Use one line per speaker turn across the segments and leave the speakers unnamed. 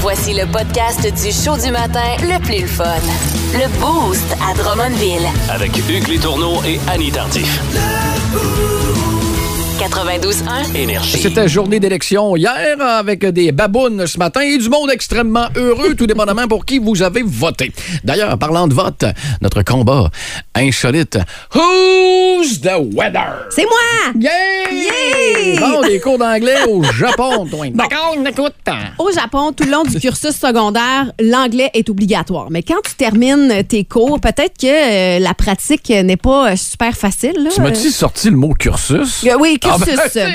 Voici le podcast du show du matin le plus le fun. Le Boost à Drummondville.
Avec Hugues Létourneau et Annie Tardif.
92.1.
Énergie.
C'était journée d'élection hier avec des babounes ce matin et du monde extrêmement heureux, tout dépendamment pour qui vous avez voté. D'ailleurs, parlant de vote, notre combat insolite. Who's the weather?
C'est moi!
Yay!
Yay!
Bon, des cours d'anglais au Japon, toi.
D'accord, on écoute.
Au Japon, tout le long du cursus secondaire, l'anglais est obligatoire. Mais quand tu termines tes cours, peut-être que euh, la pratique n'est pas euh, super facile. là.
Tu m'as-tu sorti le mot cursus?
Euh, oui,
Ah,
cursus. Ah,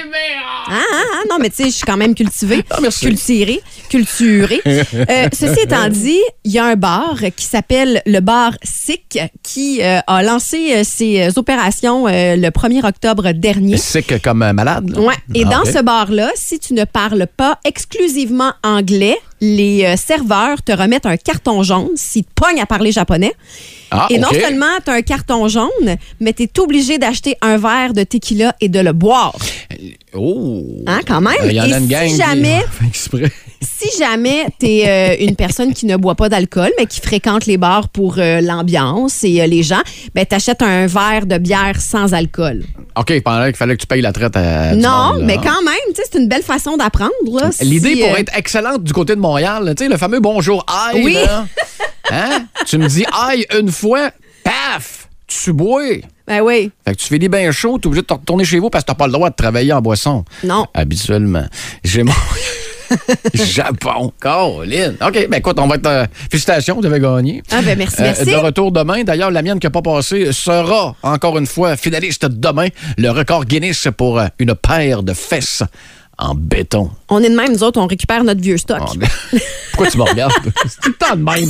ah, ah, non, mais tu sais, je suis quand même cultivée.
Ah, merci.
Culturée. culturée. Euh, ceci étant dit, il y a un bar qui s'appelle le bar SIC qui euh, a lancé euh, ses opérations euh, le 1er octobre dernier.
C'est que comme euh, malade. là.
Ouais. Et
Ah,
dans
ok.
ce bar-là, si tu ne parles pas exclusivement anglais, les euh, serveurs te remettent un carton jaune s'ils te pognent à parler japonais.
Ah,
et non
ok.
seulement tu as un carton jaune, mais tu es obligé d'acheter un verre de tequila et de le boire.
Oh!
Hein, quand même.
Il y en
Et
a une
si
gang qui-
jamais-
fait exprès.
Si jamais tu es une personne qui ne boit pas d'alcool, mais qui fréquente les bars pour euh, l'ambiance et euh, les gens, ben, tu achètes un verre de bière sans alcool.
OK, pendant qu'il fallait que tu payes la traite à. Ben, du
non,
monde, là.
mais quand même, tu sais, c'est une belle façon d'apprendre. là.
L'idée
Si, euh,
pourrait être excellente du côté de Montréal. là. Tu sais, le fameux bonjour aïe.
Oui.
là. Hein? tu me dis aïe une fois, paf, tu bois.
Ben oui.
Fait que tu finis bien chaud, t'es obligé de te retourner chez vous parce que t'as pas le droit de travailler en boisson.
Non.
Habituellement. J'ai mon. Japon. Caroline. OK, ben écoute, on va être. euh, Félicitations, vous avez gagné. Euh,
Ah, ben, merci, merci.
de retour demain. D'ailleurs, la mienne qui n'a pas passé sera encore une fois finaliste demain. Le record Guinness pour euh, une paire de fesses en béton.
On est de même, nous autres, on récupère notre vieux stock.
Ah, ben, Pourquoi tu me regardes? C'est tout le temps de même.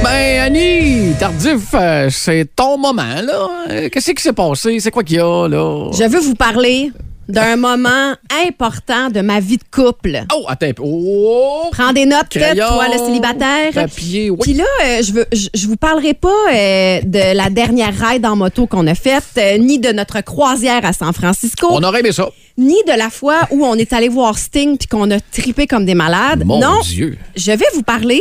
Ben, Annie, tardif, euh, c'est ton moment, là. Euh, Qu'est-ce qui s'est passé? C'est quoi qu'il y a, là?
Je veux vous parler d'un moment important de ma vie de couple.
Oh, attends. un peu. Oh!
Prends des notes,
Crayon,
toi, le célibataire.
papier, oui.
Puis là, euh, je, veux, je, je vous parlerai pas euh, de la dernière ride en moto qu'on a faite, euh, ni de notre croisière à San Francisco,
On aurait aimé ça.
ni de la fois où on est allé voir Sting puis qu'on a tripé comme des malades.
Mon
non,
Dieu.
je vais vous parler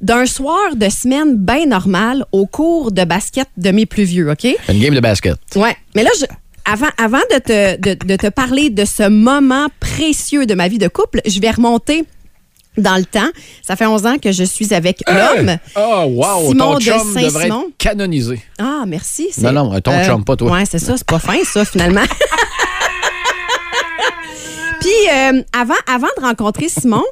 d'un soir de semaine bien normal au cours de basket de mes plus vieux, OK?
Une game de basket.
Ouais. Mais là, je- avant, avant de, te, de, de te parler de ce moment précieux de ma vie de couple, je vais remonter dans le temps. Ça fait 11 ans que je suis avec l'homme.
Oh, wow!
Simon
ton
de
chum devrait
Saint-Simon.
être canonisé.
Ah, merci. c'est-
Non, non, euh, ton chum, pas toi.
Ouais, c'est ça, c'est pas fin, ça, finalement. Puis, euh, avant, avant de rencontrer Simon,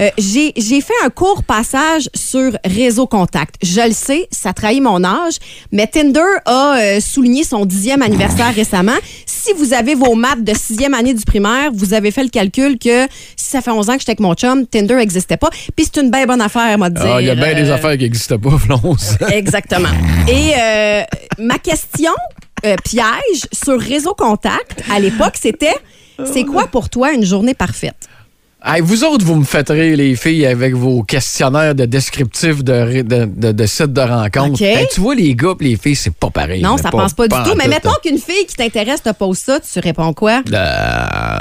euh, j'ai j'ai fait un court passage sur Réseau Contact. Je le sais, ça trahit mon âge, mais Tinder a euh, souligné son dixième anniversaire récemment. Si vous avez vos maths de sixième année du primaire, vous avez fait le calcul que si ça fait 11 ans que j'étais avec mon chum, Tinder n'existait pas. Puis c'est une bien bonne affaire, moi, de dire.
Ah, il y a bien des
euh,
affaires qui n'existent pas, Flonce.
Exactement. Et euh, ma question euh, piège sur Réseau Contact à l'époque, c'était c'est quoi pour toi une journée parfaite?
Hey, vous autres, vous me faites rire, les filles, avec vos questionnaires de descriptifs de, ré- de, de, de sites de rencontres.
OK.
Ben, tu vois, les gars pis les filles, c'est pas pareil.
Non,
là,
ça pense pas du
en
tout. Mais
tout,
mettons
hein.
qu'une fille qui t'intéresse te pose ça, tu réponds quoi?
Euh,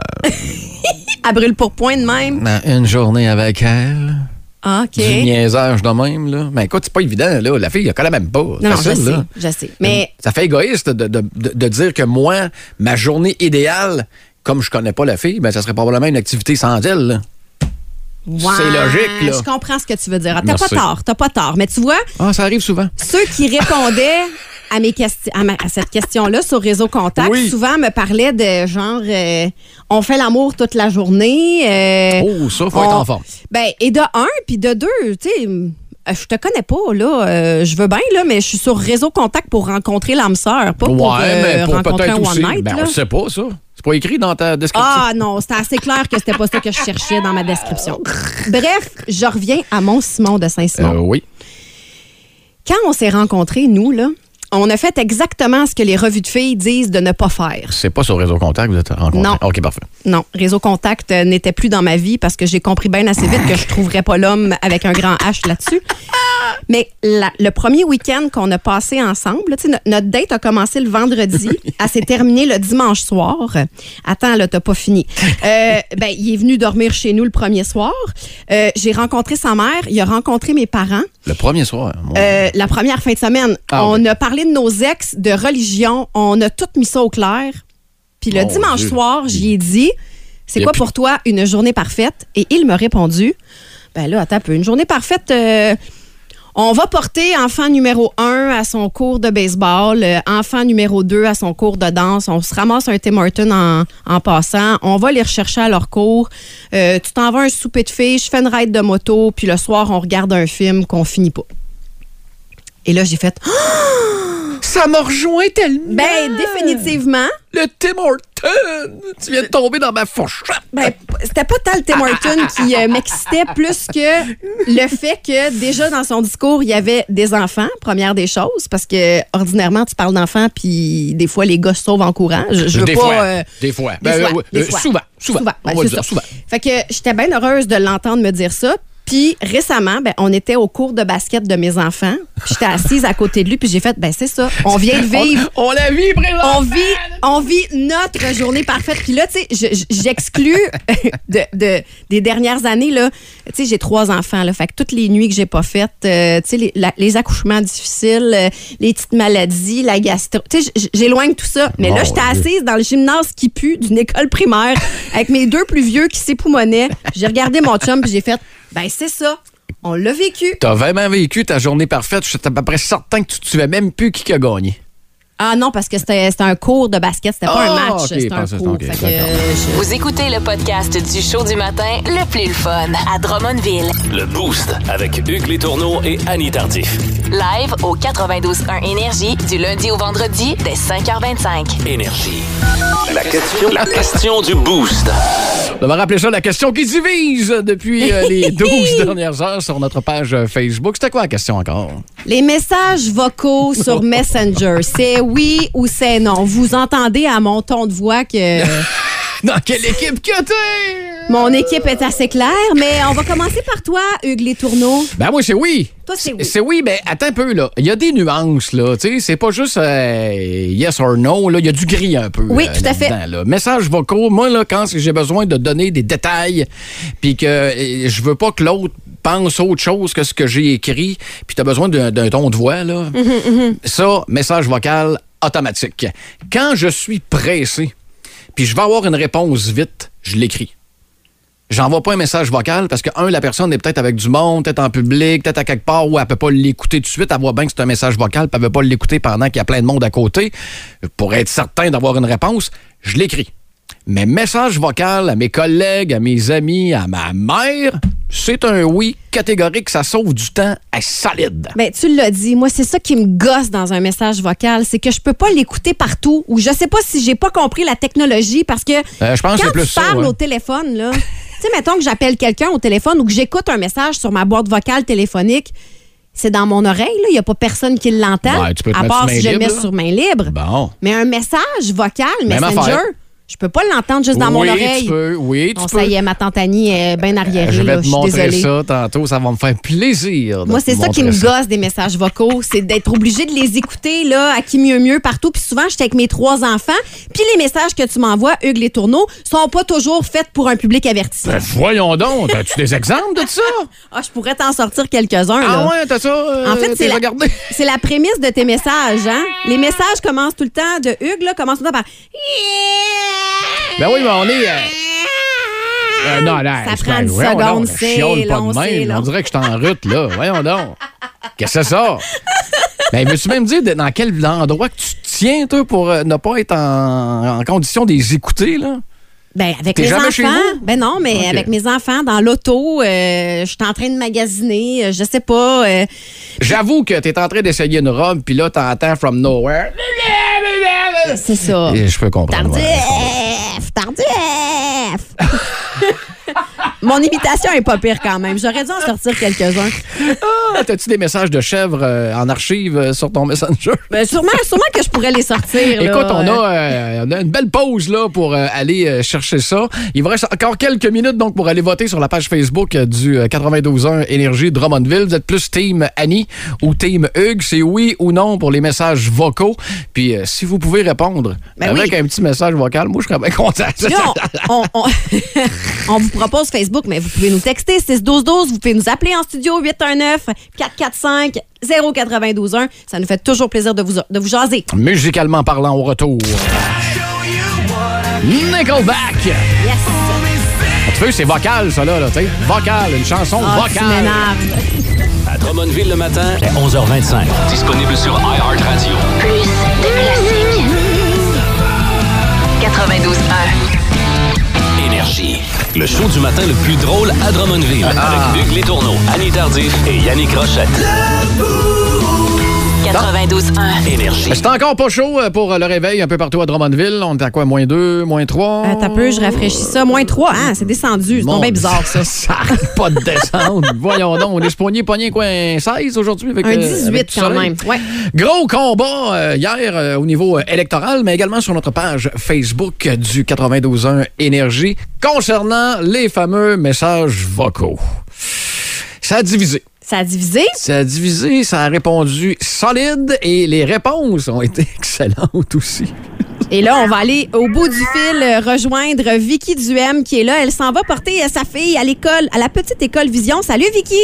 À brûle pour point de même.
dans Ben, une journée avec elle.
Ah, OK.
Du niaisage de même, là. Mais écoute, c'est pas évident, là. La fille, elle connaît même pas.
Non, non, je
Facile,
sais,
là.
je sais. Mais
Ça fait égoïste de, de- de- de dire que moi, ma journée idéale, comme je connais pas la fille, ben, ça serait probablement une activité sans elle. là.
Ouais,
logique, là.
Je comprends ce que tu veux dire. Ah, T'as pas
Merci.
tort, t'as pas tort. Mais tu vois,
Ah, ça arrive souvent.
ceux qui répondaient à, mes questi- à, ma- à cette question-là sur Réseau Contact,
Oui.
souvent me parlaient de genre, euh, on fait l'amour toute la journée. euh,
Oh, ça, faut
on-
être en forme.
Ben, et de un, puis de deux, tu sais, euh, je te connais pas, là. euh, je veux bien, là, mais je suis sur Réseau Contact pour rencontrer l'âme sœur, pas pour, euh, rencontrer un one-night.
Ben,
là.
on sait pas, ça. C'est pas écrit dans ta description.
Ah non, c'était assez clair que c'était pas ça que je cherchais dans ma description. Bref, je reviens à mon Simon de
Euh,
Saint-Simon.
oui.
Quand on s'est rencontrés, nous, là, on a fait exactement ce que les revues de filles disent de ne pas faire.
C'est pas sur Réseau Contact que vous êtes rencontrés?
Non.
OK, parfait.
Non, Réseau Contact euh, n'était plus dans ma vie parce que j'ai compris bien assez vite que je trouverais pas l'homme avec un grand H là-dessus. Mais la- le premier week-end qu'on a passé ensemble, tu sais, no- notre date a commencé le vendredi, elle s'est terminée le dimanche soir. Attends, là, t'as pas fini. Euh, ben, il est venu dormir chez nous le premier soir. Euh, j'ai rencontré sa mère, il a rencontré mes parents.
Le premier soir. mon-
Euh, la première fin de semaine,
Ah
on
oui.
a parlé de nos ex, de religion, on a tout mis ça au clair. Puis le
Mon
dimanche
Dieu.
soir, j'y ai dit C'est
Il y a
quoi
plus-
pour toi une journée parfaite Et il m'a répondu Ben là, attends un peu, une journée parfaite. euh, on va porter enfant numéro 1 à son cours de baseball, euh, enfant numéro 2 à son cours de danse. On se ramasse un Tim Horton en, en passant. On va les rechercher à leur cours. Euh, tu t'en vas à un souper de filles, je fais une ride de moto, puis le soir, on regarde un film qu'on finit pas. Et là, j'ai fait oh,
Ça m'a rejoint tellement.
Ben, définitivement.
Le Tim Horton! Tu viens de tomber dans ma fourche.
Ben, p- c'était pas tant le Tim Horton qui euh, m'excitait plus que le fait que déjà dans son discours, il y avait des enfants, première des choses, parce que ordinairement, tu parles d'enfants, puis des fois, les gars se sauvent en courant. Je, je veux
des,
pas.
fois,
euh,
des fois.
des
Ben,
fois,
euh,
des
euh,
fois.
Souvent. Souvent.
ben,
On va
c'est
dire
ça.
souvent.
Fait que j'étais bien heureuse de l'entendre me dire ça. Puis récemment, ben, on était au cours de basket de mes enfants. Puis J'étais assise à côté de lui, puis j'ai fait, ben c'est ça, on vient de vivre
On, on la vit présentement.
on vit, on vit notre journée parfaite. Puis là, tu sais, je- je- j'exclus euh, de, de- des dernières années, là. Tu sais, j'ai trois enfants, là. Fait que toutes les nuits que j'ai pas faites, euh, tu sais, les, la- les accouchements difficiles, euh, les petites maladies, la gastro. Tu sais, j- j'éloigne tout ça. Mais là,
Mon
j'étais
Dieu.
assise dans le gymnase qui pue d'une école primaire avec mes deux plus vieux qui s'époumonaient. J'ai regardé mon chum, puis j'ai fait, ben, c'est ça. On l'a vécu.
T'as vraiment vécu ta journée parfaite. Je suis à peu près certain que tu ne savais même plus qui a gagné.
Ah non, parce que c'était c'était un cours de basket, c'était pas
Ah,
un match,
ok,
c'était un
pensais-
cours.
ok,
Fait que,
d'accord.
euh, je-
Vous écoutez le podcast du show du matin le plus le fun à Drummondville.
Le Boost avec Hugues Létourneau et Annie Tardif.
Live au 92.1 Énergie du lundi au vendredi dès 5h25.
Énergie. La question, la question du Boost.
On va rappeler ça la question qui divise depuis euh, les 12 dernières heures sur notre page euh, Facebook. C'était quoi la question encore?
Les messages vocaux sur Messenger, c'est oui ou c'est non. Vous entendez à mon ton de voix que
Dans quelle équipe que t'es?
mon équipe est assez claire, mais on va commencer par toi, Hugues Les Tourneaux.
Ben moi, c'est oui.
Toi, c'est oui.
C'est oui, mais attends un peu, là. Il y a des nuances, là. Tu sais, c'est pas juste euh, yes or no, là. Il y a du gris un peu. euh,
Oui, tout à fait.
là-dedans, là. Messages vocaux, moi, là, quand j'ai besoin de donner des détails, puis que euh, je veux pas que l'autre pense autre chose que ce que j'ai écrit, puis t'as besoin d'un d'un ton de voix, là.
Mhm,
Ça, message vocal automatique. Quand je suis pressé, puis je vais avoir une réponse vite, je l'écris. J'envoie pas un message vocal parce que, un, la personne est peut-être avec du monde, peut-être en public, peut-être à quelque part où elle peut pas l'écouter tout de suite. Elle voit bien que c'est un message vocal, puis elle veut pas l'écouter pendant qu'il y a plein de monde à côté. Pour être certain d'avoir une réponse, je l'écris. Mais message vocal à mes collègues, à mes amis, à ma mère, c'est un oui catégorique. Ça sauve du temps à solide.
Ben, tu l'as dit, moi, c'est ça qui me gosse dans un message vocal, c'est que je peux pas l'écouter partout ou je sais pas si j'ai pas compris la technologie parce que
Euh, je pense que
quand
c'est plus
tu
ça,
parles
ouais.
au téléphone, là, tu sais, mettons que j'appelle quelqu'un au téléphone ou que j'écoute un message sur ma boîte vocale téléphonique, c'est dans mon oreille, là. Il n'y a pas personne qui l'entend.
Ouais, tu peux te
à
mettre sur
part
main
si je le
libre,
mets
là.
sur main libre.
Bon.
Mais un message vocal,
Même
Messenger,
affaire.
je peux pas l'entendre juste dans mon
oui,
oreille.
tu peux. Oui, tu
Bon,
peux. Euh,
ça y est, ma tante Annie est bien arriérée.
je vais
là,
te
suis
montrer
désolée.
ça tantôt. Ça va me faire plaisir. de
Moi,
te
c'est ça qui me
montrer
gosse des messages vocaux, c'est d'être obligé de les écouter là, à qui mieux mieux partout. Puis souvent, j'étais avec mes trois enfants. Puis les messages que tu m'envoies, Hugues Les Tourneaux, sont pas toujours faits pour un public averti.
Ben, voyons donc, as-tu des exemples de ça?
Ah, je pourrais t'en sortir quelques-uns.
Ah
là.
ouais, t'as ça? euh,
En fait, c'est
t'es
la,
regardé?
c'est la prémisse de tes messages. Hein? Les messages commencent tout le temps de Hugues, là, commencent tout le temps par.
Ben oui, mais on est... euh, euh, non, là,
ça
c'est
prend
pas-
une
voyons
seconde,
donc, je chiale
c'est
pas de
long,
même.
c'est
On
long.
dirait que je suis en route, là. Voyons donc. Qu'est-ce que c'est ça? Ben, veux-tu même dire de- dans quel endroit que tu te tiens, toi, pour euh, ne pas être en, en condition de les écouter, là?
Ben, avec
T'es
mes
jamais
enfants.
chez vous?
Ben non, mais
Ok.
avec mes enfants, dans l'auto, euh, je suis en train de magasiner, euh, je sais pas. euh,
J'avoue que t'es en train d'essayer une robe, puis là, t'entends « from nowhere
c'est ça. ».
Et Je peux comprendre. ouais.
Tardif! Tardif! Mon imitation est pas pire quand même. J'aurais dû en sortir quelques-uns.
Ah, T'as-tu des messages de chèvres euh, en archive euh, sur ton Messenger?
Ben, sûrement, sûrement que je pourrais les sortir. là.
Écoute, on a, euh, on a une belle pause là pour euh, aller euh, chercher ça. Il vous reste encore quelques minutes donc pour aller voter sur la page Facebook euh, du euh, 92.1 Énergie Drummondville. Vous êtes plus team Annie ou team Hugues, c'est oui ou non pour les messages vocaux. Puis euh, si vous pouvez répondre
Ben
avec
oui.
un petit message vocal, moi je serais bien content.
Puis là, on, on- on- on vous propose Facebook, mais vous pouvez nous texter 61212, vous pouvez nous appeler en studio 819 445 0921. Ça nous fait toujours plaisir de vous, de vous jaser.
Musicalement parlant au retour. Nickelback!
Yes.
Tu veux, c'est vocal ça là, là tu sais. Vocal, une chanson
Ah, tu
vocale.
m'énerves.
À Drummondville le matin, à 11h25. Disponible sur iHeartRadio.
Plus de classiques. 92.1.
Énergie. Le show du matin le plus drôle à Drummondville. Avec Hugues Létourneau, Annie Tardif et Yannick Rochette.
92.1.
Énergie.
C'est encore pas chaud euh, pour euh, le réveil un peu partout à Drummondville. On est à quoi? Moins 2, moins 3?
Euh, T'as peu, je rafraîchis ça. Moins 3, hein? C'est descendu. C'est
Mon
bien bizarre, ça.
Dieu, Ça arrête pas de descendre. Voyons donc, on est pogné, pogné quoi, un 16 aujourd'hui? Avec,
Un
euh,
18
avec du
quand
soleil.
même. Ouais.
Gros combat euh, hier euh, au niveau euh, électoral, mais également sur notre page Facebook euh, du 92.1 Énergie concernant les fameux messages vocaux. Ça a divisé.
Ça a divisé.
Ça a divisé, ça a répondu solide et les réponses ont été excellentes aussi.
Et là, on va aller au bout du fil euh, rejoindre Vicky Duhem qui est là. Elle s'en va porter euh, sa fille à l'école, à la petite école Vision. Salut, Vicky.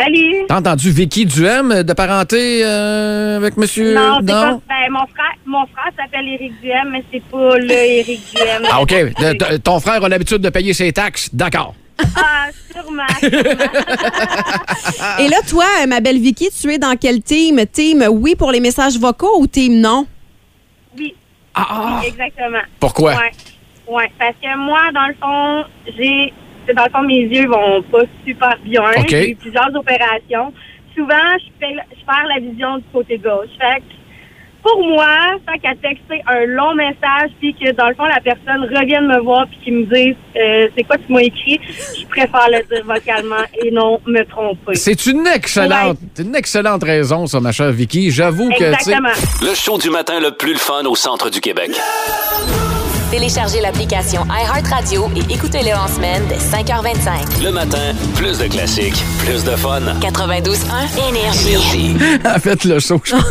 Salut!
T'as entendu Vicky Duhem de parenté euh, avec monsieur?
Non, c'est pas- ben, mon frère, mon frère s'appelle Éric Duhem, mais c'est pas le Éric Duhem.
Ah, OK. De- de- ton frère a l'habitude de payer ses taxes. D'accord.
Ah, sûrement.
Ah.
Et là, toi, euh, ma belle Vicky, tu es dans quel team? Team oui pour les messages vocaux ou team non?
Oui,
Ah,
exactement.
Pourquoi?
Ouais. Ouais, parce que moi, dans le fond, j'ai. c'est Dans le fond, mes yeux vont pas super bien.
OK.
J'ai eu plusieurs opérations. Souvent, je, fais, je perds la vision du côté gauche. Fait que pour moi, fait qu'à texter un long message, puis que dans le fond, la personne revienne me voir, puis qu'il me dise euh, c'est quoi tu m'as écrit, je préfère le dire vocalement et non me tromper.
C'est une excellente, une excellente raison, ça, ma chère Vicky. J'avoue que, tu sais,
Exactement.
Le show du matin le plus le fun au centre du Québec.
Téléchargez l'application iHeartRadio et écoutez-le en semaine dès 5h25.
Le matin, plus de classiques, plus de fun.
92.1. Énergie.
Énergie.
en fait, le show, je pense.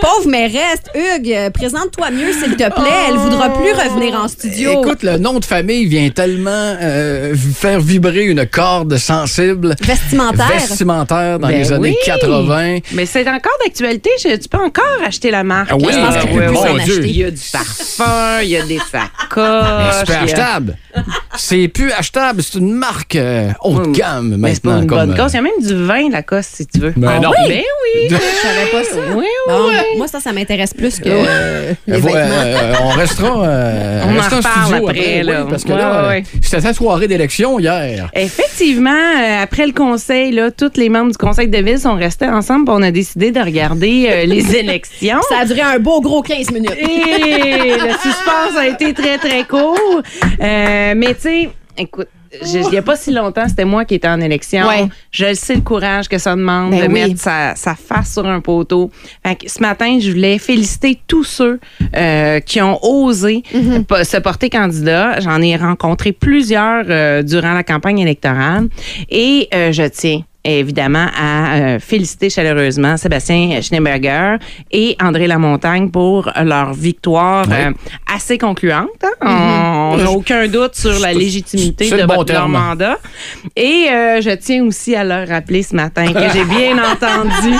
Pauvre, mais reste. Hugues, euh, présente-toi mieux, s'il te plaît. Elle voudra plus revenir en studio.
Écoute, le nom de famille vient tellement euh, faire vibrer une corde sensible.
Vestimentaire.
Vestimentaire dans
Ben
les années
oui.
80.
Mais c'est encore d'actualité. Je- Tu peux encore acheter la marque.
Ah oui,
Euh,
je pense qu'on peut
ouais,
plus
ouais,
en
ouais.
acheter.
Il y a du parfum, il y a des
Mais
sacoches.
C'est pas
il y a-
achetable. C'est plus achetable. C'est une marque euh, haut de gamme maintenant.
Hmm. Mais c'est pas une
comme,
bonne
euh,
cause. Il y a même du vin, la cause, si tu veux.
Ben Ah non. oui?
Ben oui.
Je
savais pas ça. Oui, oui.
Bon, Moi, ça, ça m'intéresse plus que euh, les
Vo-
vêtements.
euh, euh, on restera, euh,
On en
restera en
reparle
studio
après,
oui,
là.
parce que
Ouais,
là, euh,
ouais.
c'était sa soirée d'élection hier.
Effectivement, euh, après le conseil, là, tous les membres du conseil de ville sont restés ensemble. puis On a décidé de regarder euh, les élections.
Ça a duré un beau gros 15 minutes.
Et le suspense a été très, très court. Euh, mais tu sais, écoute. je- Il n'y a pas si longtemps, c'était moi qui étais en élection.
Ouais.
Je le sais le courage que ça demande
Ben
de
oui.
mettre sa, sa face sur un poteau. Fait que ce matin, je voulais féliciter tous ceux euh, qui ont osé
Mhm.
po- se porter candidat. J'en ai rencontré plusieurs euh, durant la campagne électorale. Et euh, je tiens évidemment à euh, féliciter chaleureusement Sébastien Schneeberger et André Lamontagne pour leur victoire
Ouais.
euh, assez concluante. hein.
Mhm.
On on n'a aucun doute sur la légitimité
c'est
de
le bon
votre- leur
terme.
mandat. Et euh, je tiens aussi à leur rappeler ce matin que j'ai bien entendu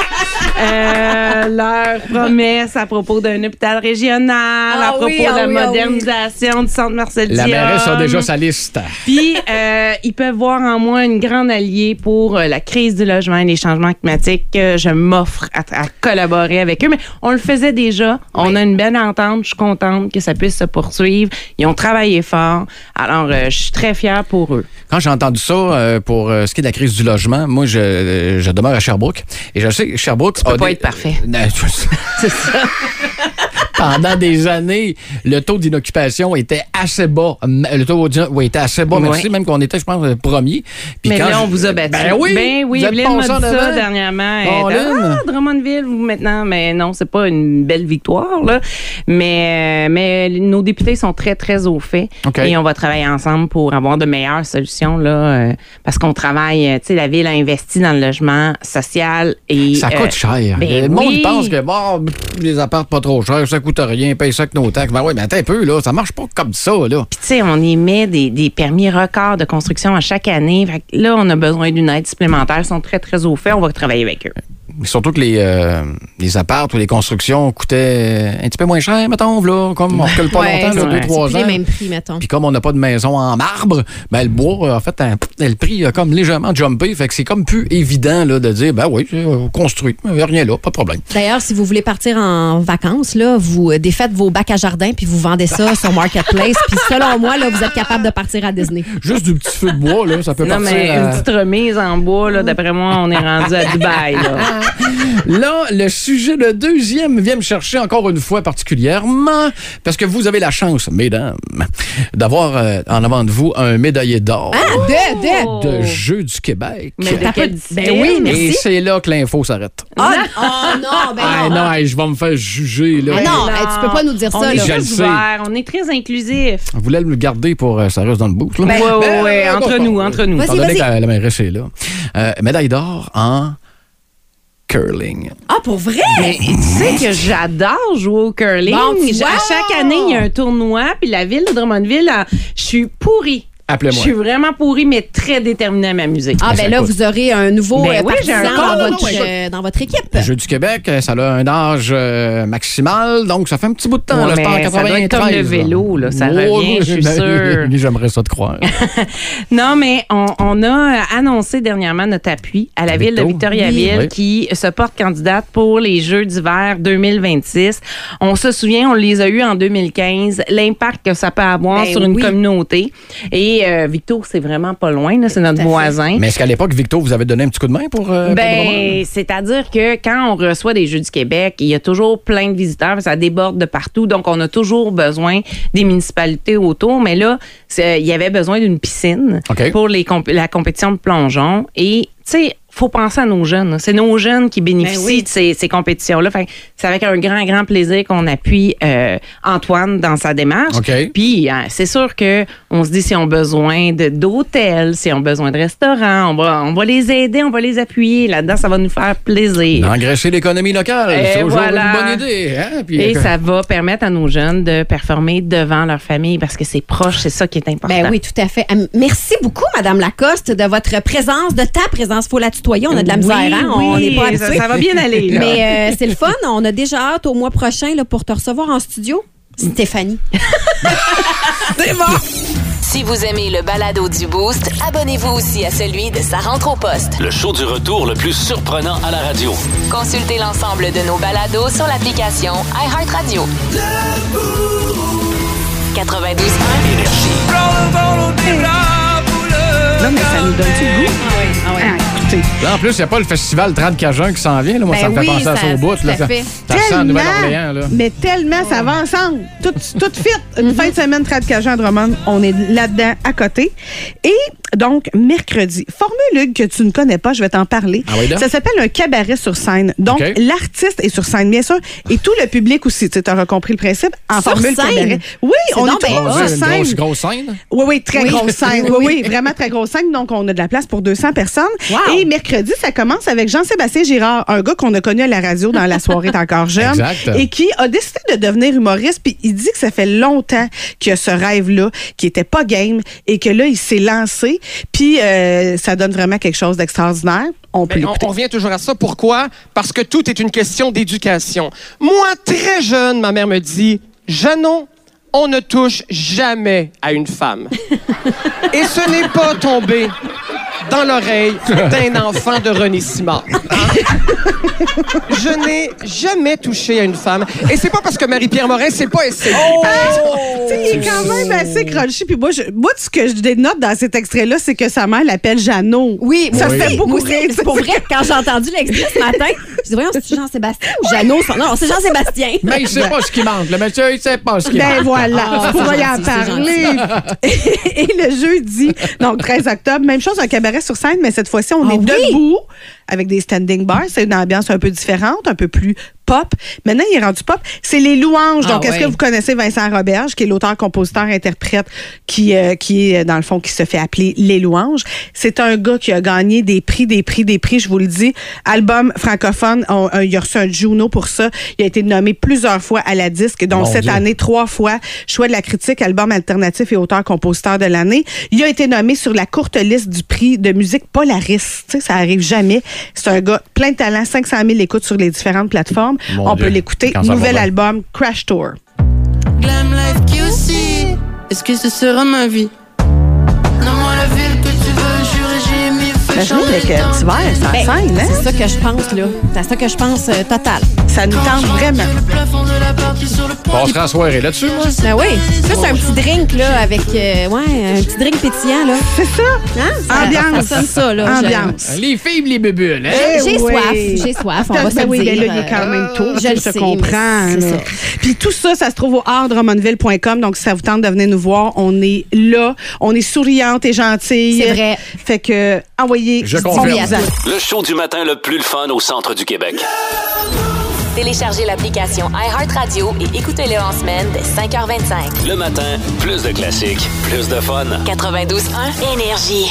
euh, leur promesse à propos d'un hôpital régional,
Ah
à propos
oui,
de
ah
la
oui, ah oui.
modernisation du centre Marcel
La mairesse a
Dionne.
déjà sa liste.
Puis, euh, ils peuvent voir en moi une grande alliée pour euh, la crise du logement et les changements climatiques. Euh, je m'offre à, à collaborer avec eux. Mais on le faisait déjà. On a une belle entente. Je suis contente que ça puisse se poursuivre. Ils ont travaillé fort. Alors, euh, je suis très fière pour eux.
Quand j'ai entendu ça euh, pour euh, ce qui est de la crise du logement, moi, je, euh, je demeure à Sherbrooke. Et Ben, je sais que Sherbrooke. Tu
peux pas être parfait.
Non, je-
C'est ça.
pendant des années, le taux d'inoccupation était assez bas. Le taux d'ino- oui, était assez bas,
Oui.
merci, même qu'on était, je pense, euh, premier. Puis
mais
quand
là, on
je-
vous a battu.
Ben oui,
ben oui
vous êtes
Evelyne m'a
passé en
dit ça
avant.
dernièrement. Elle était,
Colin.
ah, Drummondville, vous maintenant. Mais non, c'est pas une belle victoire, là. Mais, euh, mais nos députés sont très, très au fait.
OK.
Et on va travailler ensemble pour avoir de meilleures solutions, là. euh, parce qu'on travaille, euh, tu sais, la ville a investi dans le logement social et.
Ça coûte
euh,
cher.
ben
le monde
oui.
pense que bon, pff, les apparts pas trop chers, ça coûte rien, paye ça avec nos taxes. Ben oui, mais attends un peu, là, ça marche pas comme ça, là.
Puis, tu sais, on émet des, des permis records de construction à chaque année. Fait que là, on a besoin d'une aide supplémentaire. Ils sont très, très au fait. On va travailler avec eux.
Surtout que les, euh, les apparts ou les constructions coûtaient un petit peu moins cher, mettons, là, comme on recule pas
Ouais,
longtemps,
c'est
là,
vrai.
deux,
C'est
trois
plus
ans.
les mêmes prix, mettons.
Puis comme on n'a pas de maison en marbre, ben le bois, euh, en fait, un- le prix a comme légèrement jumpé. Fait que c'est comme plus évident là, de dire, ben oui, c'est, euh, construit, mais y a rien là, pas de problème.
D'ailleurs, si vous voulez partir en vacances, là, vous euh, défaites vos bacs à jardin puis vous vendez ça sur Marketplace. puis selon moi, là, vous êtes capable de partir à Disney.
Juste du petit feu de bois, là, ça peut
Non,
partir
mais
à-
une petite remise en bois, là, d'après moi, on est rendu à Dubaï.
Ah,
Là.
Là, le sujet, le deuxième, vient me chercher encore une fois particulièrement, parce que vous avez la chance, mesdames, d'avoir euh, en avant de vous un médaillé d'or
Ah, de, de.
de Jeux du Québec.
Mais de
T'as pas
quelle
dit-
discipline?
Ben oui, mais-
Et
merci.
c'est là que l'info s'arrête.
Ah, oh non,
Ah
ben non.
non, hey, je vais me faire juger. Là.
Ah non, hey, tu peux pas nous dire
on
ça,
Est
là.
Je le
très
sais.
ouvert, on est très inclusif.
On voulait le garder pour euh, ça reste dans le bout. là.
Ben,
Oui, ouais, ouais, ouais,
bon,
entre
bon,
nous,
bon.
entre nous.
Vas-y,
Étant donné que la, la mairesse est là. Euh, médaille d'or en curling.
Ah, pour vrai?
Ben,
Mais tu sais que j'adore jouer au curling.
Bon, tu
J-
vois.
à chaque année, il y a un tournoi, puis la ville de Drummondville, elle- je suis pourrie. Je
Appelez-moi.
suis vraiment pourrie, mais très déterminée à m'amuser.
Ah, ben là,
écoute.
vous aurez un nouveau
Ben
euh,
oui, j'ai un
partisan
corps,
dans,
non,
votre,
non,
euh, dans votre équipe.
Le Jeu du Québec, euh, ça a un âge euh, maximal, donc ça fait un petit bout de temps. là,
Ouais,
je pense en
mais ça doit être
93,
comme le vélo, là, ça
Oh,
revient, je suis
ben,
sûre.
J'aimerais ça te croire.
Non, mais on, on a euh, annoncé dernièrement notre appui à la ville de
Victo.
Victoriaville
Oui.
qui se porte candidate pour les Jeux d'hiver 2026. On se souvient, on les a eus en 2015, l'impact que ça peut avoir
Ben
sur une
oui.
communauté. Et euh, Victo, c'est vraiment pas loin, là, c'est notre
Ben, à fait.
voisin.
Mais est-ce qu'à l'époque, Victo, vous avez donné un petit coup de main pour. euh, pour le moment?
Ben, c'est-à-dire que quand on reçoit des Jeux du Québec, il y a toujours plein de visiteurs, ça déborde de partout, donc on a toujours besoin des municipalités autour. Mais là, c'est- il y avait besoin d'une piscine
OK.
pour les comp- la compétition de plongeon. Et, tu sais, faut penser à nos jeunes. là. C'est nos jeunes qui bénéficient
Ben oui.
de ces, ces compétitions-là. Fait que C'est avec un grand, grand plaisir qu'on appuie euh, Antoine dans sa démarche.
OK.
Puis, hein, c'est sûr que on se dit si on a besoin de- d'hôtels, si on a besoin de restaurants, on va, on va les aider, on va les appuyer. Là-dedans, ça va nous faire plaisir.
Engraisser l'économie locale,
Eh,
c'est toujours
voilà.
une bonne idée. hein? Puis,
Et
euh,
ça va permettre à nos jeunes de performer devant leur famille parce que c'est proche, c'est ça qui est important.
Ben oui, tout à fait. Ah, m- Merci beaucoup, Madame Lacoste, de votre présence, de ta présence. Faut la tutoyer, on a de la misère,
Oui,
hein? On
oui,
n'est pas
ça,
habitué.
ça va bien aller. là.
Mais euh, c'est le fun. On a déjà hâte au mois prochain là, pour te recevoir en studio. Stéphanie.
Si vous aimez le balado du Boost, abonnez-vous aussi à celui de Sa rentre au poste.
Le show du retour le plus surprenant à la radio.
Consultez l'ensemble de nos balados sur l'application iHeartRadio. 92
Non, mais ça nous donne-tu le goût?
là, en plus, il n'y a pas le festival 30 Cajun qui s'en vient. là. Moi,
Ben
ça me fait
oui,
penser à
ça-
son bout.
tout
là.
à
Ça,
fait.
ça sent en Nouvelle-Orléans. là.
mais tellement, ça va ensemble. Tout, tout fit. Une
Mhm.
fin de semaine, Trad Cajun à Drummond, on est là-dedans, à côté. Et donc, mercredi, formule Hugues, que tu ne connais pas, je vais t'en parler.
Ah oui, donc?
ça s'appelle un cabaret sur scène. Donc,
OK.
l'artiste est sur scène, bien sûr, et tout le public aussi. Tu auras compris le principe. En
Sur
formule
scène?
cabaret. Oui,
C'est
on
donc
est
bien
oh,
toujours
Mon Dieu, Oh,
sur
une grosse,
scène.
grosse scène.
Oui, oui, très grosse scène. Oui, oui, vraiment très grosse scène. Donc, on a de la place pour 200 personnes.
Wow.
Et mercredi, ça commence avec Jean-Sébastien Girard, un gars qu'on a connu à la radio dans La soirée est encore jeune.
Exact.
Et qui a décidé de devenir humoriste. Puis il dit que ça fait longtemps qu'il a ce rêve-là, qui était pas game, et que là, il s'est lancé. Puis euh, ça donne vraiment quelque chose d'extraordinaire. On peut
Ben, on,
l'écouter.
on revient toujours à ça. Pourquoi? Parce que tout est une question d'éducation. Moi, très jeune, ma mère me dit, Jeannon, on ne touche jamais à une femme. Et ce n'est pas tombé dans l'oreille d'un enfant de René Simard. Je n'ai jamais touché à une femme. Et c'est pas parce que Marie-Pierre Morin s'est pas essayée.
Tu sais, il est quand même assez crunchy. Puis moi, je- moi, ce que je dénote dans cet extrait-là, c'est que sa mère l'appelle Jeannot.
Oui,
ça
moi
se fait
aussi,
beaucoup
moi aussi.
rire.
C'est pour vrai, quand j'ai entendu l'extrait ce matin, Puis voyons, c'est Jean-Sébastien ou Jeannot? Non, c'est Jean-Sébastien.
Mais il
Ben,
sait pas ce qui manque. Le monsieur, il sait pas ce qui
Ben
manque.
voilà,
Ah,
on
c'est
va y en
gentil, c'est
parler. Et le jeudi, donc 13 octobre, même chose, un cabaret sur scène, mais cette fois-ci, on
Ah
est
oui?
debout avec des standing bars. C'est une ambiance un peu différente, un peu plus pop. Maintenant, il est rendu pop. C'est les louanges.
Ah
donc, est-ce
ouais.
que vous connaissez Vincent Roberge, qui est l'auteur, compositeur, interprète, qui, euh, qui est, dans le fond, qui se fait appeler Les Louanges? C'est un gars qui a gagné des prix, des prix, des prix, je vous le dis. Album francophone, on- un- il a reçu un Juno pour ça. Il a été nommé plusieurs fois à la disque. Donc,
Mon
cette
Dieu.
année, nommé trois fois, choix de la critique, album alternatif et auteur-compositeur de l'année. Il a été nommé sur la courte liste du prix de musique Polaris. Tu sais, ça arrive jamais. C'est un gars plein de talent, 500 000 écoutes sur les différentes plateformes.
Mon
On
Dieu,
peut l'écouter.
quand ça va
Nouvel
bien.
album, Crash Tour.
euh,
Glam life qui aussi Est-ce que ce sera ma vie Nomme-moi la ville que tu veux, juré j'ai mis feu
Imagine
changer
avec euh,
dans
Petit Verre, ça
Ben,
scène, hein?
C'est ça que je pense, là. C'est à ça que je pense euh, total.
Ça nous tente vraiment.
le plafond de la partie sur le point
Passera la soirée là-dessus, moi.
Ben oui. Ça, c'est un petit drink, là, avec. euh, ouais, un petit drink pétillant, là.
C'est ça.
Hein? Ça-
Ambiance.
Ça sonne ça, là.
Ambiance.
Les filles, les bubules, hein?
J'ai- J'ai
Eh oui.
soif. J'ai soif. On va se
Ben
le
oui, ben
dire.
là, il est quand même tôt.
Je le
se
sais,
comprends.
mais c'est
là.
ça.
Puis tout ça, ça se trouve au artdrummondville.com. Donc, si ça vous tente de venir nous voir, on est là. On est souriante et gentille.
C'est vrai.
Fait que, envoyez.
Je
du
confirme.
bon sang.
Le show du matin le plus le fun au centre du Québec.
Téléchargez l'application iHeartRadio et écoutez-le en semaine dès 5h25.
Le matin, plus de classiques, plus de fun.
92.1 Énergie.